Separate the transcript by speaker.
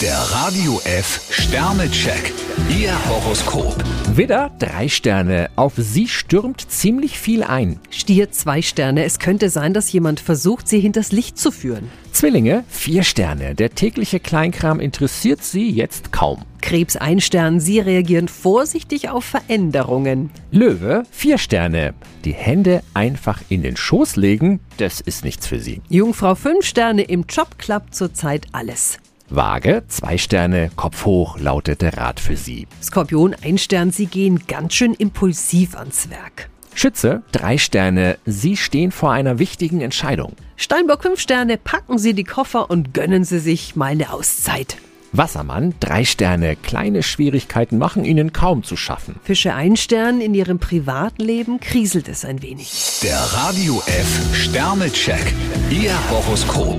Speaker 1: Der Radio F Sternecheck. Ihr Horoskop.
Speaker 2: Widder, drei Sterne. Auf Sie stürmt ziemlich viel ein.
Speaker 3: Stier zwei Sterne. Es könnte sein, dass jemand versucht, sie hinters Licht zu führen.
Speaker 2: Zwillinge, vier Sterne. Der tägliche Kleinkram interessiert Sie jetzt kaum.
Speaker 3: Krebs ein Stern. Sie reagieren vorsichtig auf Veränderungen.
Speaker 2: Löwe, vier Sterne. Die Hände einfach in den Schoß legen, das ist nichts für Sie.
Speaker 3: Jungfrau fünf Sterne. Im Job klappt zurzeit alles.
Speaker 2: Waage, zwei Sterne. Kopf hoch lautet der Rat für Sie.
Speaker 3: Skorpion ein Stern. Sie gehen ganz schön impulsiv ans Werk.
Speaker 2: Schütze, drei Sterne. Sie stehen vor einer wichtigen Entscheidung.
Speaker 3: Steinbock fünf Sterne. Packen Sie die Koffer und gönnen Sie sich mal eine Auszeit.
Speaker 2: Wassermann, drei Sterne. Kleine Schwierigkeiten machen Ihnen kaum zu schaffen.
Speaker 3: Fische ein Stern. In ihrem Privatleben kriselt es ein wenig.
Speaker 1: Der Radio F Sternecheck. Ihr Horoskop.